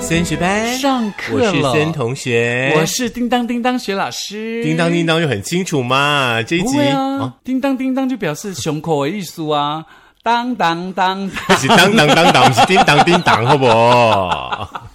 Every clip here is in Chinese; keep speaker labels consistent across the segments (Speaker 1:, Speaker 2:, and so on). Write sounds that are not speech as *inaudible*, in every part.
Speaker 1: 森学班
Speaker 2: 上课
Speaker 1: 我是
Speaker 2: 了
Speaker 1: 森同学，
Speaker 2: 我是叮当叮当学老师，
Speaker 1: 叮当叮当就很清楚嘛。这一
Speaker 2: 不
Speaker 1: 集哦
Speaker 2: 会啊，叮当叮当就表示胸口的意思啊，当当当
Speaker 1: 不
Speaker 2: 当，
Speaker 1: 是当当当当，不是叮当叮当，好不好？
Speaker 2: *laughs*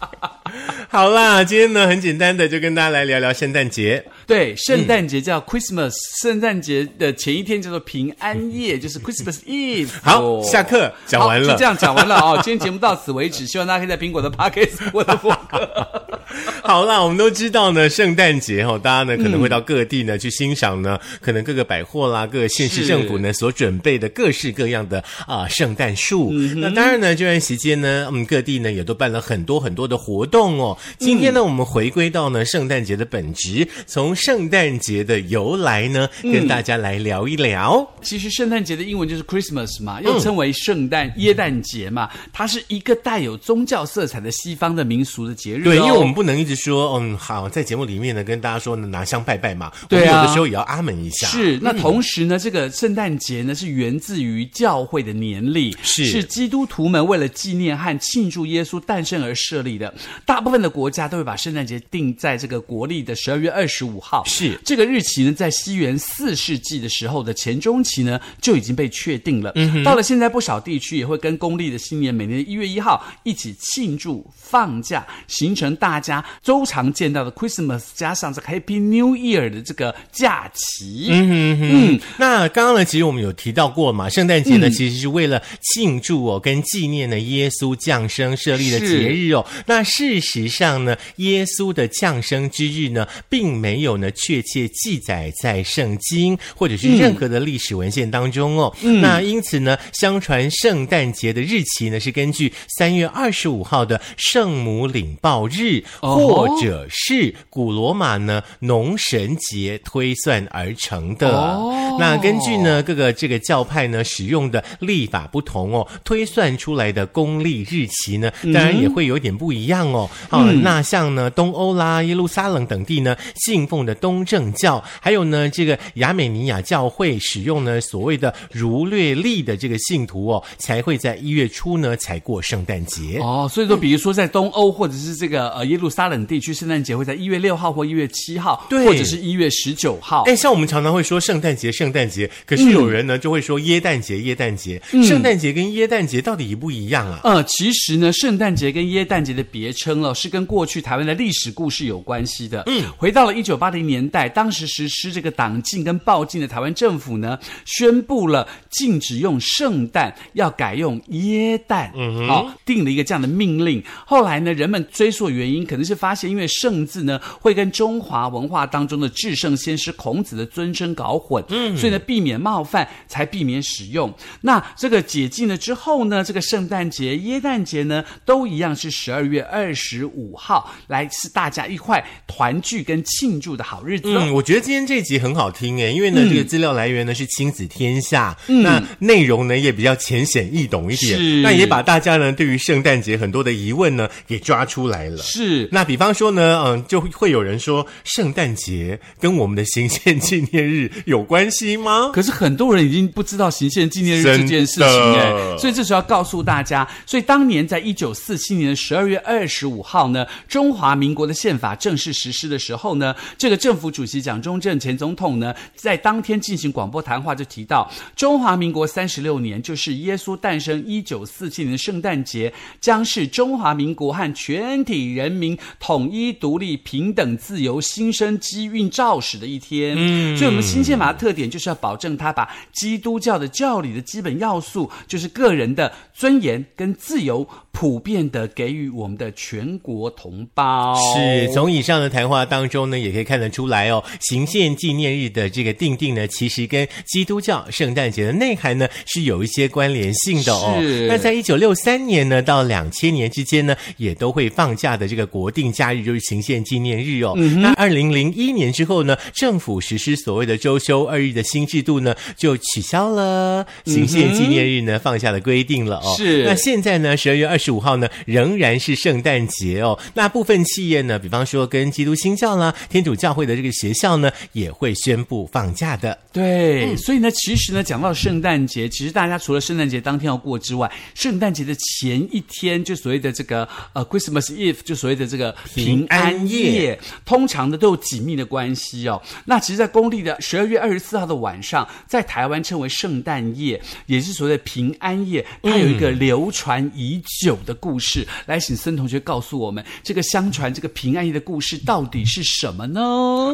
Speaker 1: 好啦，今天呢很简单的就跟大家来聊聊圣诞节。
Speaker 2: 对，圣诞节叫 Christmas，、圣诞节的前一天叫做平安夜，就是 Christmas Eve 哦。
Speaker 1: 嗯好，下课讲完
Speaker 2: 好
Speaker 1: 了
Speaker 2: 就这。样讲完了哦。今天节目到此为止，希望大家可以在苹果的 Podcast 或者播客。
Speaker 1: *laughs* 好啦，我们都知道呢，圣诞节哈、哦，大家呢可能会到各地呢、去欣赏呢，
Speaker 2: 嗯
Speaker 1: 可能各个百货啦、各个县市
Speaker 2: 是
Speaker 1: 政府呢所准备的各式各样的啊、圣诞树。
Speaker 2: 嗯
Speaker 1: 那当然呢，这段时间呢，嗯，各地呢也都办了很多很多的活动哦。
Speaker 2: 嗯
Speaker 1: 今天呢，我们回归到呢圣诞节的本质，从圣诞节的由来呢，
Speaker 2: 嗯
Speaker 1: 跟大家来聊一聊。
Speaker 2: 其实圣诞节的英文就是 Christmas 嘛，
Speaker 1: 嗯
Speaker 2: 又称为圣诞、耶诞节嘛，它是一个带有宗教色彩的西方的民俗的节日、哦。
Speaker 1: 对，因为我们不能一直说，嗯，好，在节目里面呢，跟大家说呢，拿香拜拜嘛，
Speaker 2: 对啊
Speaker 1: 我们有的时候也要阿门一下。
Speaker 2: 是，那同时呢，这个圣诞节呢是源自于教会的年历，
Speaker 1: 是
Speaker 2: 基督徒们为了纪念和庆祝耶稣诞生而设立的。大部分的国家都会把圣诞节定在这个国历的十二月二十五号。
Speaker 1: 是
Speaker 2: 这个日期呢，在西元四世纪的时候的前中期呢就已经被确定了。
Speaker 1: 嗯
Speaker 2: 到了现在，不少地区也会跟公历的新年每年的一月一号一起庆祝放假，形成大家周常见到的 Christmas 加上这个 Happy New Year 的这个假期。
Speaker 1: 嗯哼哼，那刚刚呢，其实我们有提到过嘛，圣诞节呢，其实是为了庆祝哦，跟纪念呢耶稣降生设立的节日哦。那事实上呢，耶稣的降生之日呢，并没有呢确切记载在圣经或者是任何的历史文献当中哦。那因此呢，相传圣诞节的日期呢，是根据三月二十五号的圣母领报日，
Speaker 2: 哦
Speaker 1: 或者是古罗马呢农神节推算而成的。
Speaker 2: 哦
Speaker 1: 那根据呢各个这个教派呢使用的历法不同哦，推算出来的公历日期呢，
Speaker 2: 嗯
Speaker 1: 当然也会有点不一样哦。啊，那像呢东欧啦、耶路撒冷等地呢信奉的东正教，还有呢这个亚美尼亚教会使用呢所谓的儒略历的这个信徒哦，才会在一月初呢才过圣诞节。
Speaker 2: 哦，所以说，比如说在东欧或者是这个呃耶路撒冷地区，圣诞节会在一月六号或一月七号，
Speaker 1: 对
Speaker 2: 或者是一月十九号。
Speaker 1: 哎，像我们常常会说圣诞节，圣诞节，可是有人呢、就会说耶诞节，耶诞节，圣诞节跟耶诞节到底一不一样啊？
Speaker 2: 呃，其实呢，圣诞节跟耶诞节的别称了，是跟过去台湾的历史故事有关系的。嗯，回到了一九八零年代，当时实施这个党禁跟暴禁的台湾政府呢，宣布了禁止用圣诞，要改用耶诞。嗯，好、定了一个这样的命令。后来呢，人们追溯原因，可能是发现因为圣字呢会跟中华文化当中的至圣先师孔子的尊称搞混，嗯，所以呢避免冒犯，才避免使用。那这个解禁了之后呢，这个圣诞节、耶诞节呢，都一样是十二月二十五号，来是大家一块团聚跟庆祝的好日子、哦。
Speaker 1: 嗯，我觉得今天这集很好听诶，因为呢，这个资料来源呢是亲子天下，那内容呢也比较浅显易懂一点，
Speaker 2: 是
Speaker 1: 那也把大家呢对于圣诞节很多的疑问呢给抓出来了。
Speaker 2: 是，
Speaker 1: 那比方说呢，嗯，就会有人说，圣诞节跟我们的行宪纪念日有关系吗？
Speaker 2: 可是很多人已经不知道行宪纪念日这件事情
Speaker 1: 真的
Speaker 2: 哎，所以这时候要告诉大家，所以当年在一九四七年的十二月二十五号呢，中华民国的宪法正式实施的时候呢，这个政府主席蒋中正前总统呢，在当天进行广播谈话就提到，中华民国三十六年就是耶稣诞生一九四七年的圣诞节，将是中华民国和全体人民统一、独立、平等、自由、新生机运肇始的一天。嗯，所以我们新宪法的特点就是要保证它把基督教的教理的基本要素，就是个人的尊严跟自由，普遍的给予我们的全国同胞。
Speaker 1: 是，从以上的谈话当中呢，也可以看得出来哦，行宪纪念日的这个定定呢，其实跟基督教圣诞节的内涵呢是有一些关联性的哦
Speaker 2: 是。
Speaker 1: 那在一九六三年呢到两千年之间呢，也都会放假的这个国定假日就是行宪纪念日哦。那二零零一年之后呢，政府实施所谓的周休二日的新制度呢，就取消了行宪纪念日呢、放假的规定了哦。
Speaker 2: 是
Speaker 1: 那现在呢，十二月二十十五号呢，仍然是圣诞节哦。那部分企业呢，比方说跟基督新教啦、天主教会的这个学校呢，也会宣布放假的。嗯
Speaker 2: 对，所以呢，其实呢，讲到圣诞节，其实大家除了圣诞节当天要过之外，圣诞节的前一天，就所谓的这个呃 Christmas Eve，就所谓的这个
Speaker 1: 平安夜
Speaker 2: 通常呢都有紧密的关系哦。那其实，在公历的十二月二十四号的晚上，在台湾称为圣诞夜，也是所谓的平安夜，它有一个流传已久的故事。来，请孙同学告诉我们，这个相传这个平安夜的故事到底是什么呢？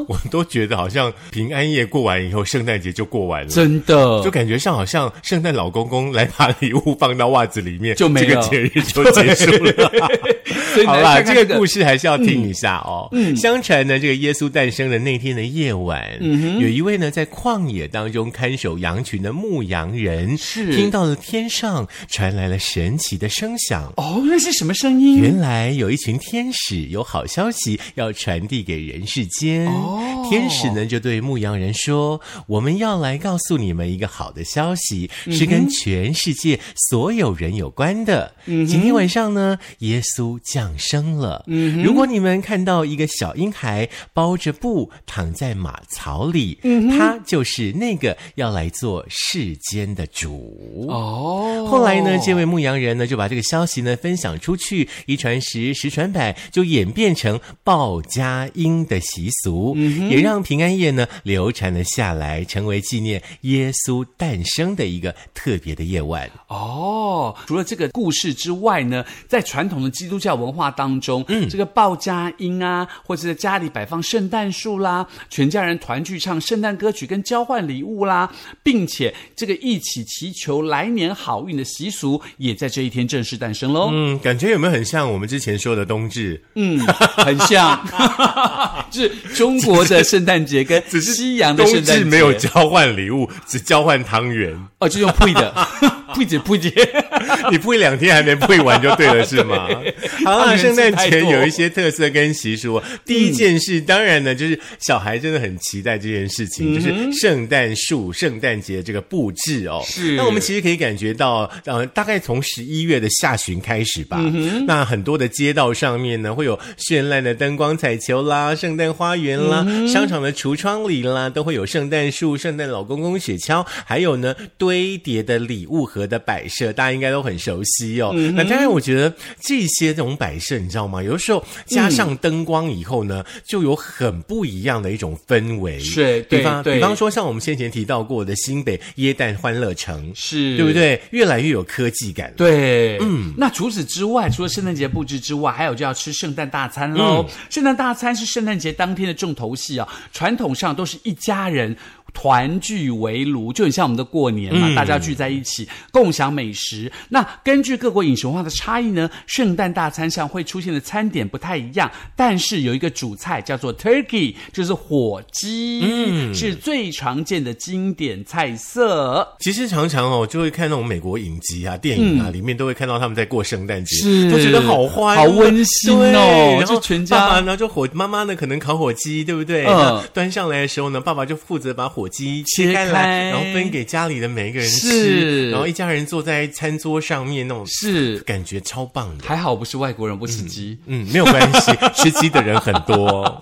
Speaker 1: 我都觉得好像平安夜过完以后，圣诞节就过完了。
Speaker 2: 真的
Speaker 1: 就感觉上好像圣诞老公公来把礼物放到袜子里面，
Speaker 2: 就没
Speaker 1: 这个
Speaker 2: 了
Speaker 1: 节日就结束了。 *laughs*
Speaker 2: 所以
Speaker 1: 好
Speaker 2: 来
Speaker 1: 啦，
Speaker 2: 看看
Speaker 1: 这个故事还是要听一下哦。
Speaker 2: 嗯
Speaker 1: 相传呢，这个耶稣诞生的那天的夜晚，
Speaker 2: 嗯
Speaker 1: 有一位呢在旷野当中看守羊群的牧羊人，
Speaker 2: 是
Speaker 1: 听到了天上传来了神奇的声响。
Speaker 2: 哦，那是什么声音？
Speaker 1: 原来有一群天使有好消息要传递给人世间。
Speaker 2: 哦
Speaker 1: 天使呢就对牧羊人说：“我们要来告诉你们一个好的消息，
Speaker 2: 嗯
Speaker 1: 是跟全世界所有人有关的。
Speaker 2: 嗯
Speaker 1: 今天晚上呢，耶稣降生了。
Speaker 2: 嗯
Speaker 1: 如果你们看到一个小婴孩包着布躺在马槽里，
Speaker 2: 嗯
Speaker 1: 他就是那个要来做世间的主。”
Speaker 2: 哦，
Speaker 1: 后来呢，这位牧羊人呢就把这个消息呢分享出去，一传十，十传百，就演变成报佳音的习俗，也让平安夜呢流传了下来，成为纪念耶稣诞生的一个特别的夜晚。
Speaker 2: 哦，除了这个故事之外呢，在传统的基督教文化当中，嗯，这个报佳音啊，或者在家里摆放圣诞树啦，全家人团聚唱圣诞歌曲跟交换礼物啦，并且这个一起祈求来年好运的习俗，也在这一天正式诞生喽。
Speaker 1: 嗯，感觉有没有很像我们之前说的冬至？
Speaker 2: 嗯，很像， *laughs* 就是中国的圣诞节
Speaker 1: *laughs*
Speaker 2: 跟西洋的圣诞节
Speaker 1: 换礼物，只交换汤圆。
Speaker 2: 哦，就用配
Speaker 1: *laughs*
Speaker 2: 的， *laughs* 配姐配姐。
Speaker 1: 你不会两天还没配完就对了，是
Speaker 2: *laughs*
Speaker 1: 吗？好
Speaker 2: 汤
Speaker 1: 啦，
Speaker 2: 圆
Speaker 1: 圣
Speaker 2: 吃
Speaker 1: 诞
Speaker 2: 太
Speaker 1: 节
Speaker 2: 多
Speaker 1: 有一些特色跟习俗哦。第一件事，当然呢，就是小孩真的很期待这件事情，
Speaker 2: 嗯
Speaker 1: 就是圣诞树、圣诞节这个布置哦。
Speaker 2: 是
Speaker 1: 那我们其实可以感觉到，呃，大概从十一月的下旬开始吧，
Speaker 2: 嗯
Speaker 1: 那很多的街道上面呢，会有绚烂的灯光彩球啦、圣诞花园啦、
Speaker 2: 嗯
Speaker 1: 商场的橱窗里啦，都会有圣诞树、圣诞老公公雪橇，还有呢堆叠的礼物盒的摆设，大家应该都很熟悉哦。
Speaker 2: 嗯
Speaker 1: 那当然，我觉得这些这种摆设，你知道吗？有的时候
Speaker 2: 嗯
Speaker 1: 加上灯光以后呢，就有很不一样的一种氛围。
Speaker 2: 是
Speaker 1: 比
Speaker 2: 对
Speaker 1: 方
Speaker 2: 对
Speaker 1: 比方说像我们先前提到过的新北耶诞欢乐城。
Speaker 2: 是
Speaker 1: 对不？对？越来越有科技感了。
Speaker 2: 对，嗯，那除此之外，除了圣诞节布置之外，还有就要吃圣诞大餐喽。圣诞大餐是圣诞节当天的重头戏啊，传统上都是一家人。团聚围炉，就很像我们的过年嘛，大家聚在一起共享美食。那根据各国饮食文化的差异呢，圣诞大餐上会出现的餐点不太一样，但是有一个主菜叫做 turkey，就是火鸡，嗯，是最常见的经典菜色。
Speaker 1: 其实常常哦，就会看那种美国影集啊、电影啊，里面都会看到他们在过圣诞节，
Speaker 2: 嗯是
Speaker 1: 就觉得好欢乐、
Speaker 2: 好温馨哦
Speaker 1: 对然后
Speaker 2: 就全家
Speaker 1: 爸爸呢，就火妈妈呢，可能烤火鸡，对不对？
Speaker 2: 嗯
Speaker 1: 那端上来的时候呢，爸爸就负责把火鸡切开
Speaker 2: 切
Speaker 1: 来，
Speaker 2: 开
Speaker 1: 然后分给家里的每一个人吃，
Speaker 2: 是
Speaker 1: 然后一家人坐在餐桌上面那种
Speaker 2: 是
Speaker 1: 感觉超棒的。
Speaker 2: 还好不是外国人不吃鸡。
Speaker 1: 嗯，没有关系，吃鸡的人很多。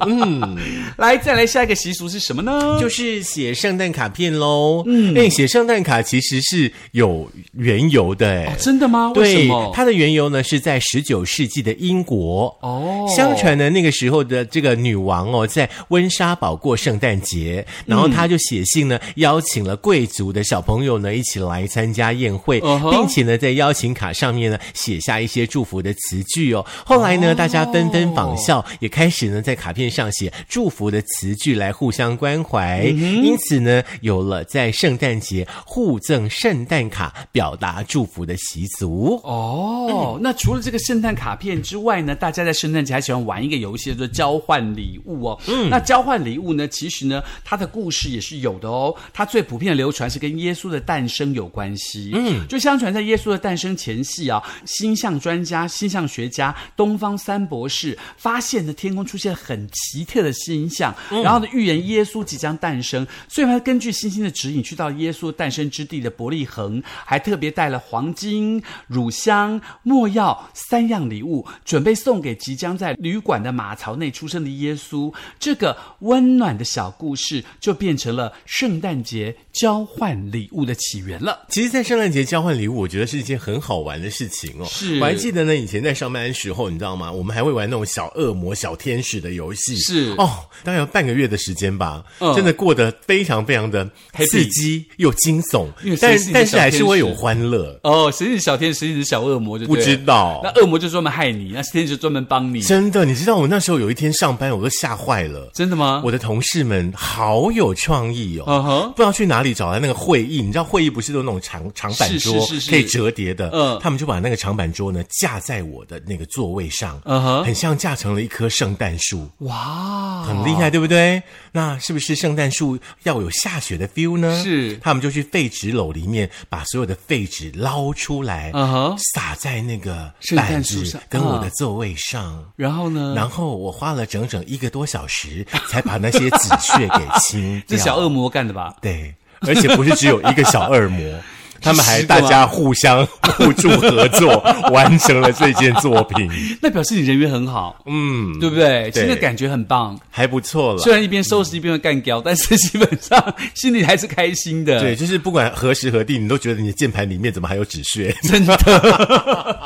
Speaker 2: 来，再来下一个习俗是什么呢？
Speaker 1: 就是写圣诞卡片喽。嗯，哎，写圣诞卡其实是有缘由的，哎、
Speaker 2: 真的吗？哦为什
Speaker 1: 对
Speaker 2: 么，？
Speaker 1: 它的缘由呢是在十九世纪的英国。
Speaker 2: 哦
Speaker 1: 相传呢那个时候的这个女王哦，在温莎堡过圣诞节，
Speaker 2: 嗯
Speaker 1: 然后她就写信呢邀请了贵族的小朋友呢一起来参加宴会，
Speaker 2: 嗯哼
Speaker 1: 并且呢在邀请卡上面呢写下一些祝福的词句哦。后来呢，大家纷纷仿效，也开始呢在卡片上写祝福的词句来互相关怀，
Speaker 2: 嗯
Speaker 1: 因此呢有了在圣诞节互赠圣诞卡表达祝福的习俗。
Speaker 2: 哦，那除了这个圣诞卡片之外呢，大家在圣诞节还喜欢玩一个游戏，叫做交换礼物哦。嗯，那交换礼物呢，其实呢，它的故事也是是有的哦。它最普遍的流传是跟耶稣的诞生有关系。嗯，就相传在耶稣的诞生前夕啊，星象专家、星象学家东方三博士发现呢，天空出现了很奇特的星象，然后呢预言耶稣即将诞生，所以他根据星星的指引去到耶稣诞生之地的伯利恒，还特别带了黄金、乳香、没药三样礼物，准备送给即将在旅馆的马槽内出生的耶稣。这个温暖的小故事就变成了圣诞节交换礼物的起源了。
Speaker 1: 其实，在圣诞节交换礼物，我觉得是一件很好玩的事情哦。
Speaker 2: 是
Speaker 1: 我还记得呢，以前在上班的时候，你知道吗？我们还会玩那种小恶魔、小天使的游戏。
Speaker 2: 是
Speaker 1: 哦，大概有半个月的时间吧，
Speaker 2: 嗯
Speaker 1: 真的过得非常非常的
Speaker 2: Happy
Speaker 1: 刺激又惊悚
Speaker 2: 因为，谁
Speaker 1: 但
Speaker 2: 是你的
Speaker 1: 但是
Speaker 2: 小
Speaker 1: 还
Speaker 2: 天
Speaker 1: 是会有
Speaker 2: 使
Speaker 1: 欢乐。
Speaker 2: 哦，谁是小天使，谁是小恶魔就
Speaker 1: 不
Speaker 2: 对了
Speaker 1: 知道
Speaker 2: 那恶魔就专门害你，那天使就专门帮你，
Speaker 1: 真的，你知道我那时候有一天上班，我都吓坏了。
Speaker 2: 真的吗？
Speaker 1: 我的同事们好有创意哦
Speaker 2: 嗯哼
Speaker 1: 不知道去哪里找来那个会议。你知道会议不是都有那种长长板
Speaker 2: 是是
Speaker 1: 桌
Speaker 2: 是是
Speaker 1: 可以折叠的，
Speaker 2: 嗯
Speaker 1: 他们就把那个长板桌呢架在我的那个座位上，
Speaker 2: 嗯哼哦
Speaker 1: 很像架成了一棵圣诞树，
Speaker 2: 哇，
Speaker 1: 很厉害，对不对？那是不是圣诞树要有下雪的 feel 呢？
Speaker 2: 是
Speaker 1: 他们就去废纸篓里面把所有的废纸捞出来，
Speaker 2: 嗯哼
Speaker 1: 撒在那个
Speaker 2: 圣诞
Speaker 1: 板
Speaker 2: 树
Speaker 1: 子
Speaker 2: 上
Speaker 1: 跟我的
Speaker 2: 嗯
Speaker 1: 座位上。
Speaker 2: 然后呢？
Speaker 1: 然后我花了整整一个多小时才把那些纸屑给清
Speaker 2: *laughs* 这
Speaker 1: 掉。
Speaker 2: 小恶魔干的吧？
Speaker 1: 对，而且不是只有一个小恶魔，
Speaker 2: *laughs*
Speaker 1: 他们还
Speaker 2: 十个啊吗
Speaker 1: 大家互相互助合作，完成了这件作品。
Speaker 2: 那表示你人缘很好，
Speaker 1: 嗯，
Speaker 2: 对不
Speaker 1: 对
Speaker 2: 对？其实感觉很棒，
Speaker 1: 还不错了
Speaker 2: 虽。然一边收拾一边会干掉，但是基本上 *laughs* 心里还是开心的。
Speaker 1: 对，，就是不管何时何地，你都觉得你的键盘里面怎么还有纸屑？
Speaker 2: 真的。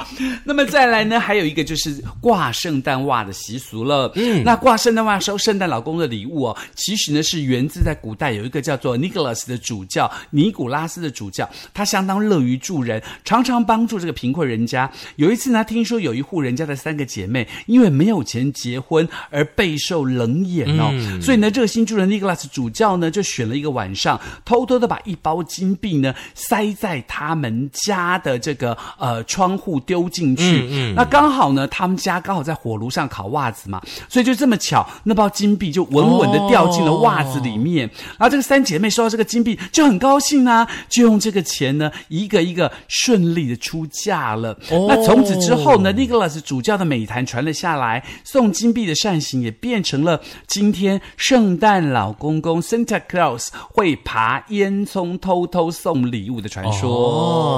Speaker 2: 那么再来呢，还有一个就是挂圣诞袜的习俗了。嗯，那挂圣诞袜收圣诞老公的礼物哦，其实呢是源自在古代有一个叫做 Nicholas 的主教尼古拉斯的主教，他相当乐于助人，常常帮助这个贫困人家。有一次呢，听说有一户人家的三个姐妹因为没有钱结婚而备受冷眼哦，所以呢，热心助人的 Nicholas 主教呢就选了一个晚上，偷偷的把一包金币呢塞在他们家的这个呃窗户丢进去。嗯那刚好呢，他们家刚好在火炉上烤袜子嘛，所以就这么巧，那包金币就稳稳的掉进了袜子里面。然后这个三姐妹收到这个金币就很高兴啊，就用这个钱呢一个一个顺利的出嫁了。
Speaker 1: 哦
Speaker 2: 那从此之后呢，Nicholas 呃主教的美谈传了下来，送金币的善行也变成了今天圣诞老公公 Santa Claus 会爬烟囱偷偷送礼物的传 *laughs* 说。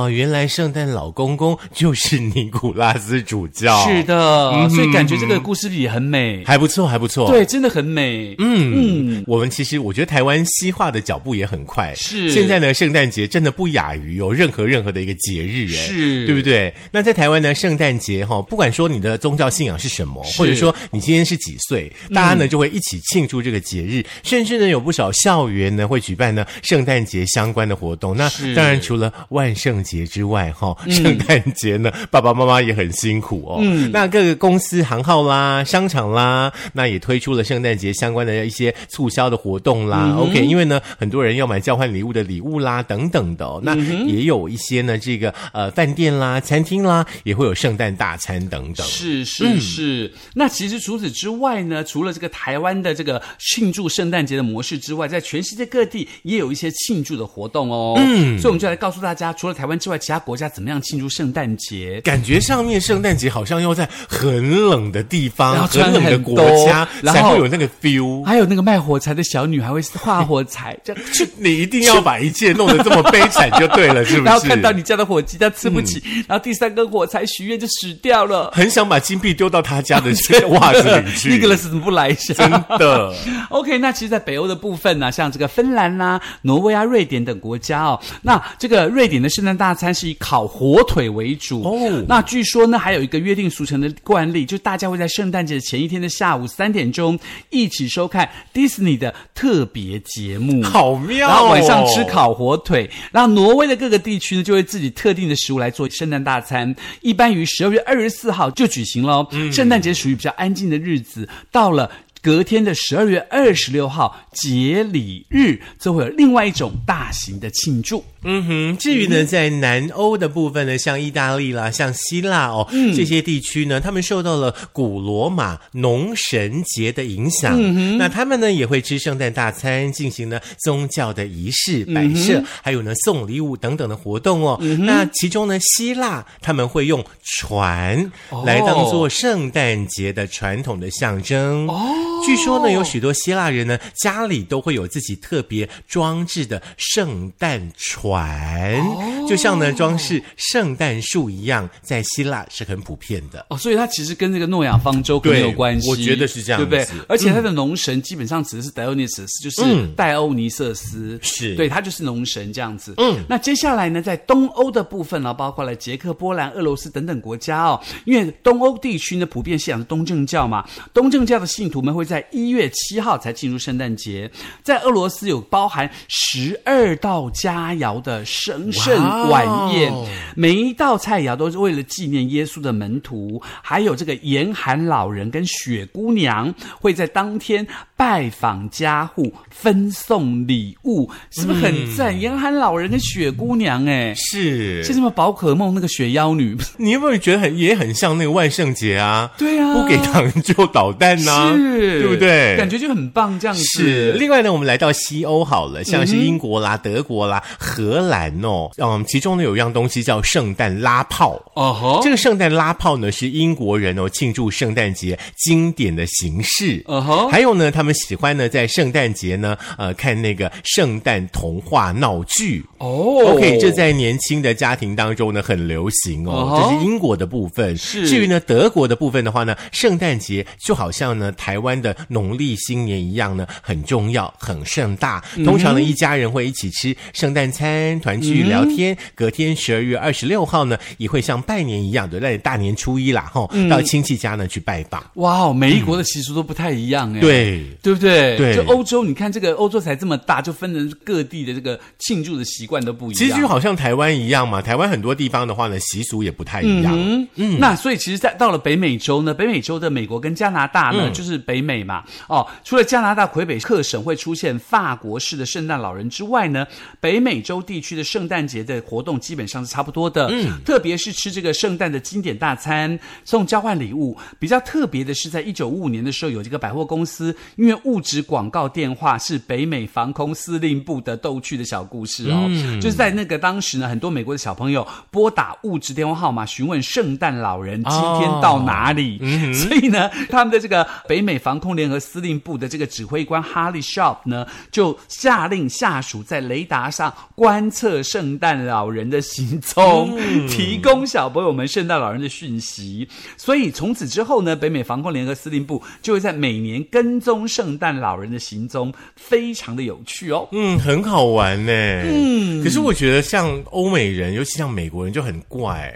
Speaker 1: 哦，原来圣诞老公公就是尼古拉斯主教，
Speaker 2: 是，
Speaker 1: 哦
Speaker 2: 的，
Speaker 1: 嗯
Speaker 2: 所以感觉这个故事也很美。
Speaker 1: 还不错，还不错。
Speaker 2: 对，真的很美。
Speaker 1: 嗯，我们其实我觉得台湾西化的脚步也很快，
Speaker 2: 是
Speaker 1: 现在呢，圣诞节真的不亚于有任何任何的一个节日，哎
Speaker 2: 是
Speaker 1: 对不对？那在台湾呢，圣诞节哈、不管说你的宗教信仰是什么，或者说你今天是几岁，
Speaker 2: 嗯
Speaker 1: 大家呢就会一起庆祝这个节日，甚至呢有不少校园呢会举办呢圣诞节相关的活动。那
Speaker 2: 是
Speaker 1: 当然除了万圣节之外，哈、
Speaker 2: 嗯
Speaker 1: 圣诞节呢爸爸妈妈也很辛苦哦。嗯，那各个公司行号啦、商场啦，那也推出了圣诞节相关的一些促销的活动啦。OK，因为
Speaker 2: 嗯
Speaker 1: 呢，很多人要买交换礼物的礼物啦，等等的、哦。那
Speaker 2: 嗯
Speaker 1: 也有一些呢，这个呃饭店啦、餐厅啦，也会有圣诞大餐等等。
Speaker 2: 是
Speaker 1: 嗯
Speaker 2: 是是、那其实除此之外呢，除了这个台湾的这个庆祝圣诞节的模式之外，在全世界各地也有一些庆祝的活动哦。嗯，所以我们就来告诉大家，除了台湾之外，其他国家怎么样庆祝圣诞节。
Speaker 1: 感觉上面圣诞节好像要在很冷的地
Speaker 2: 然
Speaker 1: 方、
Speaker 2: 后穿
Speaker 1: 很冷的
Speaker 2: 很
Speaker 1: 国
Speaker 2: 多
Speaker 1: 家
Speaker 2: 然
Speaker 1: 才
Speaker 2: 后
Speaker 1: 会有那个 feel。
Speaker 2: 还有那个卖火柴的小女孩会画火柴，
Speaker 1: *laughs*
Speaker 2: 这样去。
Speaker 1: 你一定要把一切弄得这么悲惨就对了， *laughs* 是不是？嗯
Speaker 2: 然后看到你家的火鸡，她吃不起，然后第三根火柴许愿就死
Speaker 1: *laughs*
Speaker 2: 掉了。
Speaker 1: 很想把金币丢到他家 *laughs* 的这个袜子里
Speaker 2: *laughs*
Speaker 1: 去。
Speaker 2: 尼格拉斯怎么不来一下？
Speaker 1: 真的
Speaker 2: *laughs* OK，那其实，在北欧的部分呢、像这个芬兰啦、挪威啊、瑞典等国家哦，那这个瑞典的圣诞大餐是以烤火腿为主
Speaker 1: 哦
Speaker 2: 那据说呢，还有一个约定俗成的惯例，就大家会在圣诞节前一天的下午三点钟一起收看 Disney 的特别节
Speaker 1: *laughs*
Speaker 2: 目。
Speaker 1: 好妙、哦，
Speaker 2: 然后晚上吃。烤火腿，然后挪威的各个地区呢，就会自己特定的食物来做圣诞大餐，哦
Speaker 1: 嗯
Speaker 2: 一般于十二月二十四号就举行喽。圣诞节属于比较安静的日子，到了。隔天的十二月二十六号节礼日，则会有另外一种大型的庆祝。
Speaker 1: 嗯哼，至于呢，在南欧的部分呢，像意大利啦，像希腊哦，这些地区呢，他们受到了古罗马农神节的影响，那他们呢也会吃圣诞大餐，进行呢宗教的仪式摆设，还有呢送礼物等等的活动哦。那其中呢，希腊他们会用船
Speaker 2: 哦
Speaker 1: 来当做圣诞节的传统的象征。哦，据说呢，有许多希腊人呢家里都会有自己特别装置的圣诞船，
Speaker 2: 哦
Speaker 1: 就像呢装饰圣诞树一样，在希腊是很普遍的。
Speaker 2: 哦，所以它其实跟这个诺亚方舟可能
Speaker 1: 对
Speaker 2: 有关系，
Speaker 1: 我觉得是这样
Speaker 2: 对不对
Speaker 1: 子？
Speaker 2: 而且它的农神基本上指的是 Dionysus，就是
Speaker 1: 嗯
Speaker 2: 戴欧尼瑟斯，
Speaker 1: 是
Speaker 2: 对，他就是农神这样子。
Speaker 1: 嗯，
Speaker 2: 那接下来呢，在东欧的部分啊呢，包括了捷克、波兰、俄罗斯等等国家哦，因为东欧地区呢普遍信仰东正教嘛，东正教的信徒们会在一月七号才进入圣诞节，在俄罗斯有包含十二道佳肴的神圣晚宴
Speaker 1: 哇哦。
Speaker 2: 每一道菜肴都是为了纪念耶稣的门徒，还有这个严寒老人跟雪姑娘会在当天拜访家户，分送礼物，是不是很赞？严寒老人跟雪姑娘、哎，
Speaker 1: 嗯是
Speaker 2: 是什么宝可梦那个雪
Speaker 1: *laughs*
Speaker 2: 妖女？
Speaker 1: 你有没有觉得很也很像那个万圣节啊？
Speaker 2: 对啊
Speaker 1: 不给糖就捣蛋呐、
Speaker 2: 是，
Speaker 1: 对不对？
Speaker 2: 感觉就很棒，这样子
Speaker 1: 是，另外呢，我们来到西欧好了，像
Speaker 2: 嗯
Speaker 1: 是英国啦、德国啦、荷兰哦，嗯，其中呢有一样东西叫圣诞拉炮。
Speaker 2: 哦吼，
Speaker 1: 这个圣诞拉炮呢，是英国人哦庆祝圣诞节经典的形式。
Speaker 2: 嗯哼
Speaker 1: 还有呢，他们喜欢呢在圣诞节呢，呃，看那个圣诞童话闹剧。
Speaker 2: 哦
Speaker 1: OK，这在年轻的家庭当中呢很流行哦
Speaker 2: 哦吼
Speaker 1: 这是英国的部分。
Speaker 2: 是
Speaker 1: 至于呢德国的部分的话呢，圣诞节就好像呢台湾的农历新年一样呢，很重要、很盛大。
Speaker 2: 嗯
Speaker 1: 通常呢、一家人会一起吃圣诞餐，团聚聊天。
Speaker 2: 嗯
Speaker 1: 隔天十二月二十六号呢，也会像拜年一样的，在大年初一啦，哈、
Speaker 2: 嗯
Speaker 1: 到亲戚家呢去拜访。
Speaker 2: 哇哦，每一国的习俗都不太一样哎、。
Speaker 1: 嗯对。
Speaker 2: 对不对？
Speaker 1: 对
Speaker 2: 就欧洲，你看这个欧洲才这么大，就分成各地的这个庆祝的习惯都不一样。
Speaker 1: 其实就好像台湾一样嘛，台湾很多地方的话呢，习俗也不太一样。
Speaker 2: 嗯嗯，那所以其实在，到了北美洲呢，北美洲的美国跟加拿大呢，就是北美嘛。哦，除了加拿大魁北克省会出现法国式的圣诞老人之外呢，北美洲地区的圣诞节的活动基本上是差不多的。嗯，特别是吃这个圣诞的经典大餐，送交换礼物。比较特别的是，在一九五五年的时候，有这个百货公司，因为物质广告电话是北美防空司令部的逗趣的小故事哦，就是在那个当时呢，很多美国的小朋友拨打物质电话号码询问圣诞老人今天到哪里，所以呢，他们的这个北美防空联合司令部的这个指挥官哈利 Sharp 呢，就下令下属在雷达上观测圣诞老人的行踪，提供小朋友们圣诞老人的讯息。所以从此之后呢，北美防空联合司令部就会在每年跟踪圣诞老人的行踪，非常的有趣哦。
Speaker 1: 嗯，很好玩呢。嗯，可是我觉得像欧美人，尤其像美国人就很怪，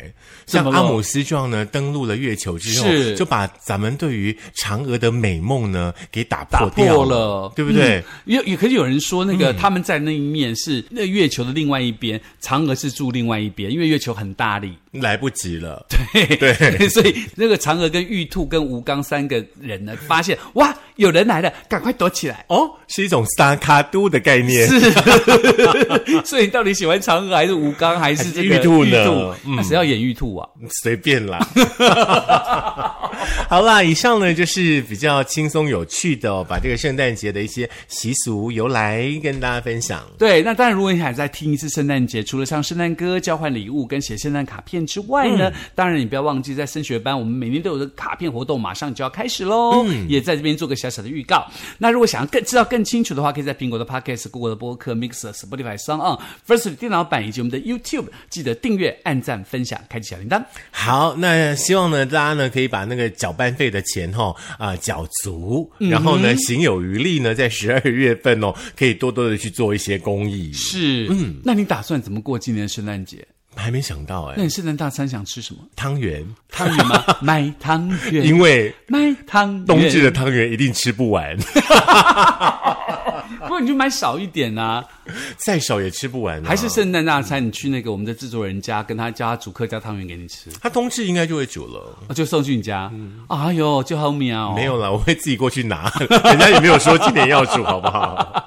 Speaker 2: 怎
Speaker 1: 像
Speaker 2: 么了
Speaker 1: 阿姆斯壮呢登陆了月球之后
Speaker 2: 是，
Speaker 1: 就把咱们对于嫦娥的美梦呢给打
Speaker 2: 打
Speaker 1: 破掉
Speaker 2: 破了，
Speaker 1: 对不对？嗯
Speaker 2: 嗯也也可以有人说，那个、他们在那一面是那月球的另外一边，嫦娥是住另外一边，因为月球很大力。
Speaker 1: 来不及了。
Speaker 2: 嗯对， *laughs* 所以那个嫦娥跟玉兔跟吴刚三个人呢，发现哇，有人来了，赶快躲起来。
Speaker 1: 哦，是一种萨卡都的概念。
Speaker 2: 是， *laughs* 所以你到底喜欢嫦娥还是吴刚还是这个
Speaker 1: 还是玉兔呢
Speaker 2: 玉兔
Speaker 1: 嗯
Speaker 2: 那谁要演玉兔啊？
Speaker 1: 随便
Speaker 2: *laughs*
Speaker 1: 啦。好啦，以上呢就是比较轻松有趣的、哦，把这个圣诞节的一些习俗由来跟大家分享。
Speaker 2: 对，那当然，如果你想再听一次圣诞节，除了唱圣诞歌、交换礼物跟写圣诞卡片之外
Speaker 1: 嗯
Speaker 2: 呢，当然你不要忘记，在升学班我们每年都有的卡片活动，马上就要开始喽，
Speaker 1: 嗯
Speaker 2: 也在这边做个小小的预告。那如果想要更知道更清楚的话，可以在苹果的 Podcast、Google 的播客、Mixer、Spotify、s o n g On、First 电脑版以及我们的 YouTube，记得订阅、按赞、分享、开启小铃铛。
Speaker 1: 好，那希望呢，大家呢可以把那个搅拌费的钱哈、哦、啊、缴足，然后
Speaker 2: 嗯
Speaker 1: 呢，行有余力呢，在十二月份哦，可以多多的去做一些公益。
Speaker 2: 是，嗯，那你打算怎么过今年的圣诞节？
Speaker 1: 还没想到哎、
Speaker 2: 那你圣诞大餐想吃什么？
Speaker 1: 汤圆，
Speaker 2: 汤圆吗？ *laughs* 买汤圆，
Speaker 1: 因为
Speaker 2: 买汤圆。
Speaker 1: 冬季的汤圆一定吃不完，
Speaker 2: 不过你就买少一点啊。
Speaker 1: *laughs* 再少也吃不完、啊。
Speaker 2: 还是圣诞大餐，你去那个我们的制作人家，跟他叫他煮客家汤圆给你吃，
Speaker 1: 他冬至应该就会煮了。
Speaker 2: 啊就送去你家。哎呦，就好妙哦。
Speaker 1: 嗯没有啦，我会自己过去拿， *laughs* 人家也没有说今年要煮，好不
Speaker 2: *laughs*
Speaker 1: 好？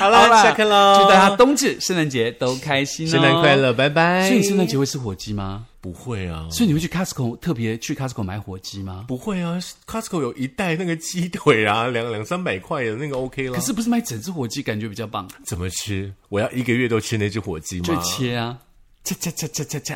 Speaker 1: 好啦，下课喽，
Speaker 2: 祝大家冬至、圣诞节都开心、哦，
Speaker 1: 圣诞快！乐，拜拜。
Speaker 2: 所以你圣诞节会吃火鸡吗？
Speaker 1: 不会啊，
Speaker 2: 所以你会去 Costco 特别去 Costco 买火鸡吗？
Speaker 1: 不会啊，Costco 有一袋那个鸡腿啊，两两三百块的那个 OK 了。
Speaker 2: 可是不是买整只火鸡感觉比较棒？
Speaker 1: 怎么吃？我要一个月都吃那只火鸡吗？
Speaker 2: 就切啊，切切切切切切。